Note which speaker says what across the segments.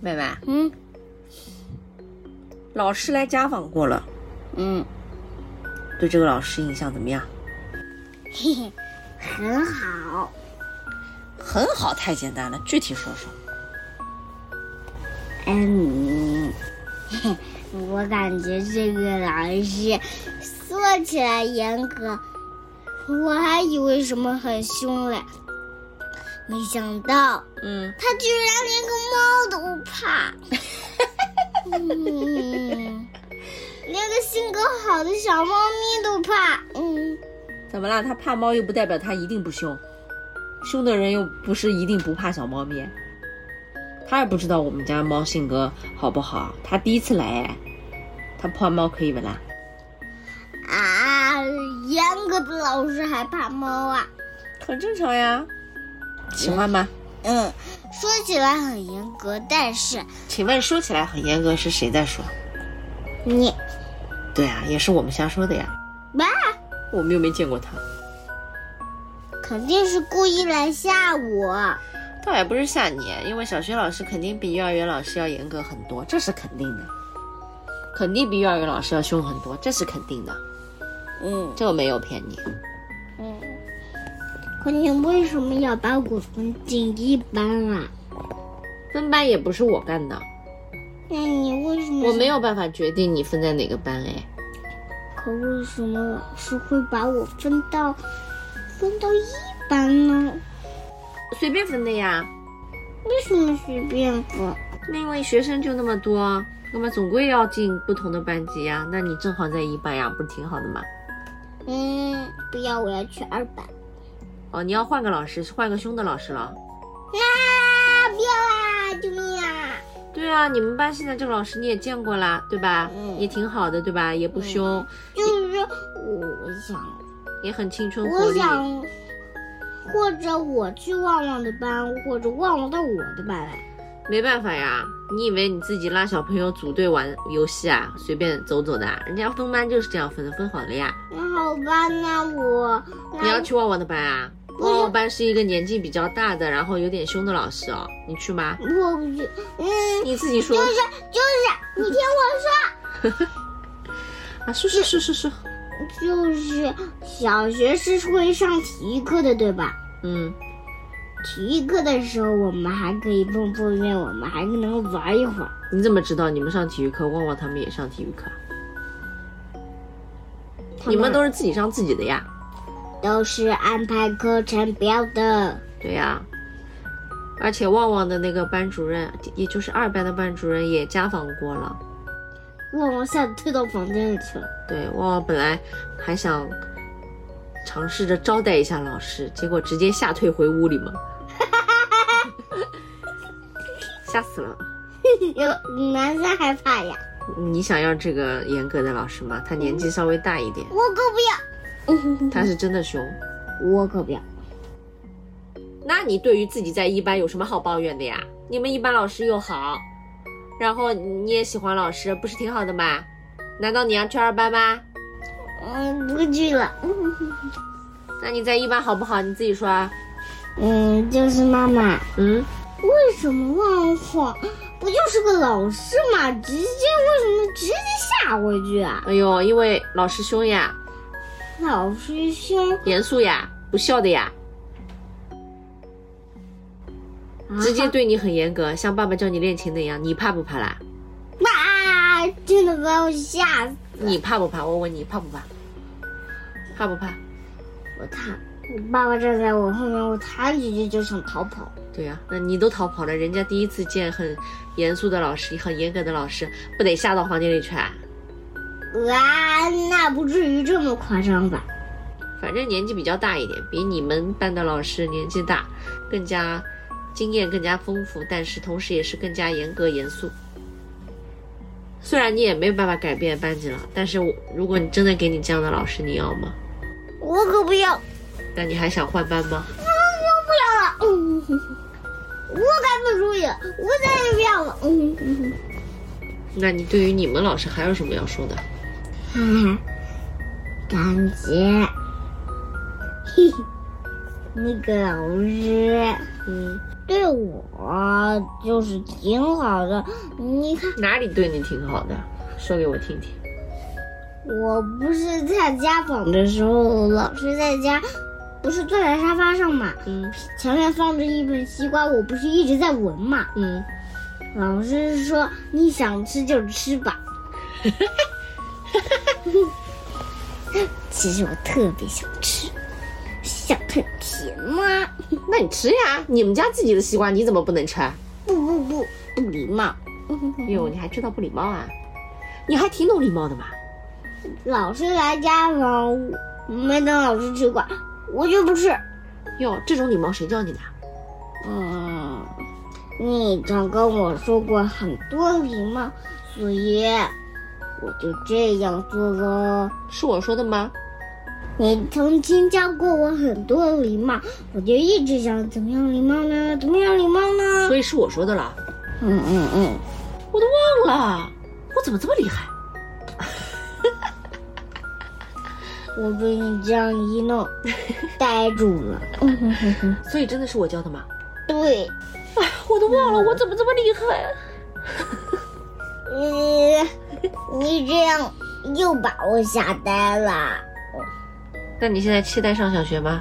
Speaker 1: 妹妹，
Speaker 2: 嗯
Speaker 1: 老师来家访过了，
Speaker 2: 嗯，
Speaker 1: 对这个老师印象怎么样？
Speaker 2: 嘿嘿，很好。
Speaker 1: 很好，太简单了，具体说说。
Speaker 2: 嗯，我感觉这个老师说起来严格，我还以为什么很凶嘞，没想到
Speaker 1: 嗯，
Speaker 2: 他居然连个猫都怕。嗯，连个性格好的小猫咪都怕。嗯，
Speaker 1: 怎么啦？他怕猫又不代表他一定不凶，凶的人又不是一定不怕小猫咪。他也不知道我们家猫性格好不好，他第一次来哎，他怕猫可以不啦？
Speaker 2: 啊，严格的老师还怕猫啊。
Speaker 1: 很正常呀。喜欢吗？
Speaker 2: 嗯，说起来很严格，但是
Speaker 1: 请问说起来很严格是谁在说？
Speaker 2: 你
Speaker 1: 对啊，也是我们瞎说的呀，
Speaker 2: 哇，
Speaker 1: 我们又没见过他。
Speaker 2: 肯定是故意来吓我。
Speaker 1: 倒也不是吓你，啊因为小学老师肯定比幼儿园老师要严格很多，这是肯定的，肯定比幼儿园老师要凶很多，这是肯定的，
Speaker 2: 嗯
Speaker 1: 这个没有骗你。
Speaker 2: 嗯，可你为什么要把我分进一班啊？
Speaker 1: 分班也不是我干的，
Speaker 2: 那你为什么？
Speaker 1: 我没有办法决定你分在哪个班哎。
Speaker 2: 可为什么老师会把我分到分到一班呢？
Speaker 1: 随便分的呀，
Speaker 2: 为什么随便分？
Speaker 1: 那因为学生就那么多，那么总归要进不同的班级呀。那你正好在一班呀，不是挺好的吗？
Speaker 2: 嗯，不要，我要去二班。
Speaker 1: 哦，你要换个老师，换个凶的老师了。
Speaker 2: 啊，不要啊！救命啊！
Speaker 1: 对啊，你们班现在这个老师你也见过啦，对吧？
Speaker 2: 嗯
Speaker 1: 也挺好的，对吧？也不凶，
Speaker 2: 就是我想
Speaker 1: 也很青春活
Speaker 2: 我
Speaker 1: 力。
Speaker 2: 想，或者我去旺旺的班，或者旺旺到我的班来。
Speaker 1: 没办法呀，你以为你自己拉小朋友组队玩游戏啊，随便走走的啊？人家分班就是这样分的，分好了呀。
Speaker 2: 那好吧，那我
Speaker 1: 你要
Speaker 2: 那
Speaker 1: 去旺旺的班啊？
Speaker 2: 不是
Speaker 1: 旺旺班是一个年纪比较大的，然后有点凶的老师哦，你去吗？
Speaker 2: 我不去，嗯，
Speaker 1: 你自己说
Speaker 2: 就。是就是，你听我说，
Speaker 1: 啊，说说说说说。
Speaker 2: 就是小学是会上体育课的，对吧？
Speaker 1: 嗯，
Speaker 2: 体育课的时候，我们还可以碰碰面，我们还能玩一会儿。
Speaker 1: 你怎么知道你们上体育课，旺旺他们也上体育课？
Speaker 2: 他
Speaker 1: 你们都是自己上自己的呀？
Speaker 2: 都是安排课程表的，
Speaker 1: 对呀、而且旺旺的那个班主任，也就是二班的班主任也家访过了。
Speaker 2: 旺旺吓得退到房间里去了。
Speaker 1: 对，旺旺本来还想尝试着招待一下老师，结果直接吓退回屋里嘛，吓死了。
Speaker 2: 有男生害怕呀。
Speaker 1: 你想要这个严格的老师吗？他年纪稍微大一点，
Speaker 2: 我可不要，
Speaker 1: 他是真的凶。
Speaker 2: 我可不要。
Speaker 1: 那你对于自己在一班有什么好抱怨的呀？你们一班老师又好，然后你也喜欢老师，不是挺好的吗？难道你要去二班吗？
Speaker 2: 嗯，不去了。
Speaker 1: 那你在一班好不好？你自己说啊。
Speaker 2: 嗯，就是妈妈，
Speaker 1: 嗯，
Speaker 2: 为什么旺旺不就是个老师嘛？直接为什么直接下回去啊？
Speaker 1: 哎呦，因为老师凶呀，
Speaker 2: 老师凶
Speaker 1: 严肃呀，不笑的呀，
Speaker 2: 啊
Speaker 1: 直接对你很严格，像爸爸教你练琴的一样，你怕不怕啦？
Speaker 2: 啊！真的把我吓死！
Speaker 1: 你怕不怕？我问你怕不怕？怕不怕？
Speaker 2: 我弹，我爸爸站在我后面，我弹几句就想逃跑。
Speaker 1: 对呀、那你都逃跑了，人家第一次见很严肃的老师，很严格的老师，不得吓到房间里去啊？
Speaker 2: 啊，那不至于这么夸张吧？
Speaker 1: 反正年纪比较大一点，比你们班的老师年纪大，更加经验更加丰富，但是同时也是更加严格严肃。虽然你也没有办法改变班级了，但是我如果你真的给你这样的老师，你要吗？
Speaker 2: 我可不要，
Speaker 1: 那你还想换班吗？
Speaker 2: 不要了。嗯，我改不主意了，我再也不要了。嗯。嗯嗯
Speaker 1: 那你对于你们老师还有什么要说的？
Speaker 2: 哈哈， 感觉，嘿嘿，那个老师
Speaker 1: 嗯，
Speaker 2: 对我就是挺好的。你看，
Speaker 1: 哪里对你挺好的？说给我听听。
Speaker 2: 我不是在家访的时候，老师在家，不是坐在沙发上嘛，
Speaker 1: 嗯
Speaker 2: 前面放着一盆西瓜，我不是一直在闻嘛。
Speaker 1: 嗯，
Speaker 2: 老师说你想吃就吃吧。 其实我特别想吃，想很甜吗？
Speaker 1: 那你吃呀，你们家自己的西瓜你怎么不能吃？啊？
Speaker 2: 不不不，不礼貌。
Speaker 1: 哟，你还知道不礼貌啊？你还挺懂礼貌的嘛。
Speaker 2: 老师来家访，我没等老师吃过，我就不吃。
Speaker 1: 哟，这种礼貌谁教你的？啊
Speaker 2: 嗯，你曾跟我说过很多礼貌，所以我就这样做喽。
Speaker 1: 是我说的吗？
Speaker 2: 你曾经教过我很多礼貌，我就一直想怎么样礼貌呢？怎么样礼貌呢？
Speaker 1: 所以是我说的了，
Speaker 2: 嗯嗯嗯，
Speaker 1: 我都忘了，我怎么这么厉害？
Speaker 2: 我被你这样一 弄，呆住了。嗯
Speaker 1: 所以真的是我教的吗？
Speaker 2: 对，
Speaker 1: 哎，我都忘了，我怎么这么厉害？啊
Speaker 2: 呃，你这样又把我吓呆了。
Speaker 1: 那你现在期待上小学吗？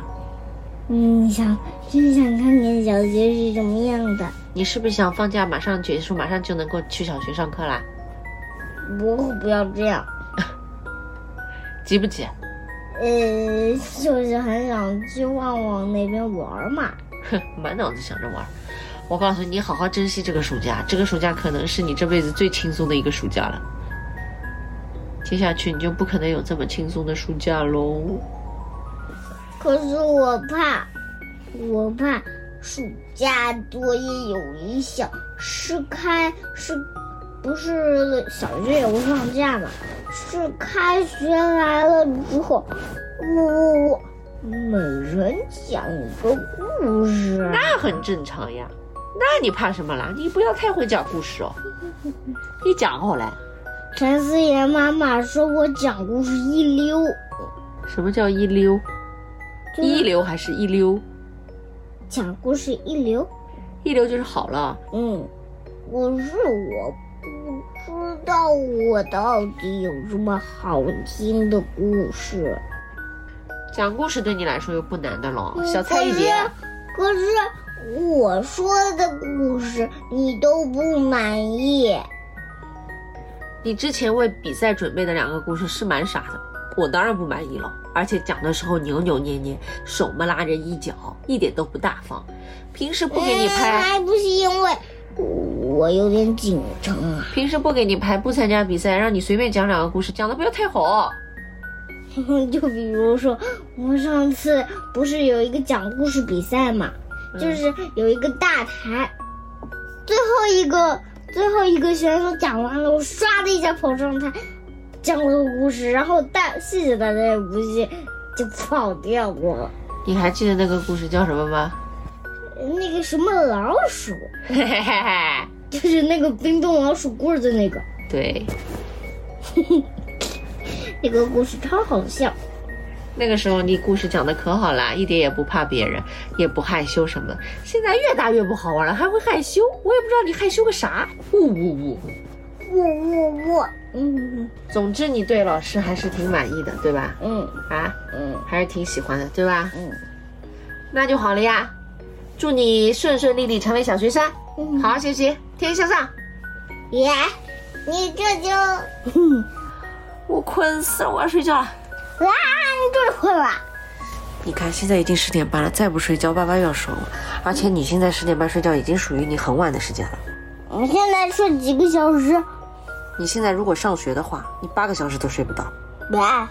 Speaker 2: 嗯，想真想看看小学是什么样的。
Speaker 1: 你是不是想放假马上结束，马上就能够去小学上课啦？
Speaker 2: 我可不要这样，
Speaker 1: 急不急？
Speaker 2: 呃，就是很想去旺旺那边玩嘛。
Speaker 1: 哼， 满脑子想着玩儿。我告诉你，你好好珍惜这个暑假，这个暑假可能是你这辈子最轻松的一个暑假了。接下去你就不可能有这么轻松的暑假喽。
Speaker 2: 可是我怕，我怕暑假作业有一项是开是，不是小学也会放假嘛？是开学来了之后，我我我每人讲一个故事。啊
Speaker 1: 那很正常呀，那你怕什么啦？你不要太会讲故事哦，你讲好了。
Speaker 2: 陈思妍妈妈说我讲故事一溜，
Speaker 1: 什么叫一溜？
Speaker 2: 就是
Speaker 1: 一流还是一溜？
Speaker 2: 讲故事一流。
Speaker 1: 一流就是好了。
Speaker 2: 嗯，可是我不知道我到底有什么好听的故事。
Speaker 1: 讲故事对你来说又不难的喽，哦
Speaker 2: 嗯
Speaker 1: 小菜一碟。啊
Speaker 2: 可是，可是我说的故事你都不满意。
Speaker 1: 你之前为比赛准备的两个故事是蛮傻的，我当然不满意了。而且讲的时候扭扭捏捏，手嘛拉着衣角，一点都不大方。平时不给你
Speaker 2: 嗯
Speaker 1: 拍，
Speaker 2: 还不是因为我有点紧张啊。
Speaker 1: 平时不给你拍，不参加比赛，让你随便讲两个故事，讲的不要太好。
Speaker 2: 就比如说，我上次不是有一个讲故事比赛嘛，就是有一个大台，最后一个最后一个选手讲完了，我唰的一下跑上台，讲了个故事，然后大谢谢大家也不谢，就跑掉了。
Speaker 1: 你还记得那个故事叫什么吗？
Speaker 2: 那个什么老鼠，
Speaker 1: 嘿嘿嘿嘿，
Speaker 2: 就是那个冰冻老鼠棍儿的那个，
Speaker 1: 对，
Speaker 2: 那个故事超好笑。
Speaker 1: 那个时候你故事讲的可好啦，一点也不怕别人，也不害羞什么的。现在越大越不好玩了，还会害羞，我也不知道你害羞个啥。呜呜呜！
Speaker 2: 我我我，嗯
Speaker 1: 总之你对老师还是挺满意的，对吧？
Speaker 2: 嗯
Speaker 1: 啊，
Speaker 2: 嗯
Speaker 1: 还是挺喜欢的，对吧？
Speaker 2: 嗯
Speaker 1: 那就好了呀，祝你顺顺利利成为小学生，
Speaker 2: 嗯，
Speaker 1: 好好学习，天天向上。
Speaker 2: 耶，你这就。
Speaker 1: 我困死了，我要睡觉了。
Speaker 2: 哇，你这就困了。
Speaker 1: 你看，现在已经十点半了，再不睡觉，爸爸又要说我。而且你现在十点半睡觉，已经属于你很晚的时间了。
Speaker 2: 我现在睡几个小时？
Speaker 1: 你现在如果上学的话，你八个小时都睡不到。
Speaker 2: 哇，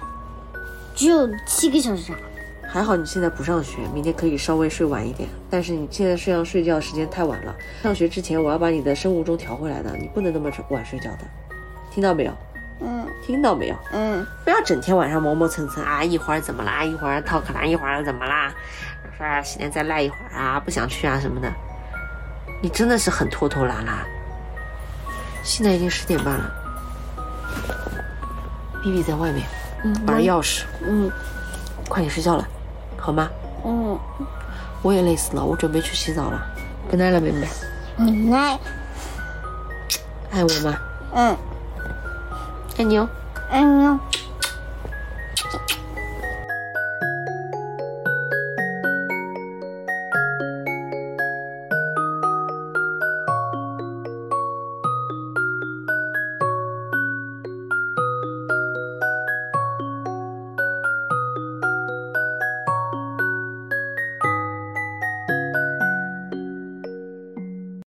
Speaker 2: 只有七个小时啊！
Speaker 1: 还好你现在不上学，明天可以稍微睡晚一点。但是你现在这样睡觉时间太晚了，上学之前我要把你的生物钟调回来的，你不能那么晚睡觉的，听到没有？
Speaker 2: 嗯
Speaker 1: 听到没有？
Speaker 2: 嗯，
Speaker 1: 不要整天晚上磨磨蹭蹭啊，一会儿怎么啦，一会儿套可啦，一会儿怎么啦，说啊洗脸再赖一会儿啊，不想去啊什么的，你真的是很拖拖拉拉。现在已经十点半了，b B 在外面玩钥匙，
Speaker 2: 嗯
Speaker 1: 快点睡觉了，好吗？
Speaker 2: 嗯，
Speaker 1: 我也累死了，我准备去洗澡了。明白了没没？
Speaker 2: 你来，
Speaker 1: 爱我吗？
Speaker 2: 嗯
Speaker 1: 爱你哦。
Speaker 2: 嗯。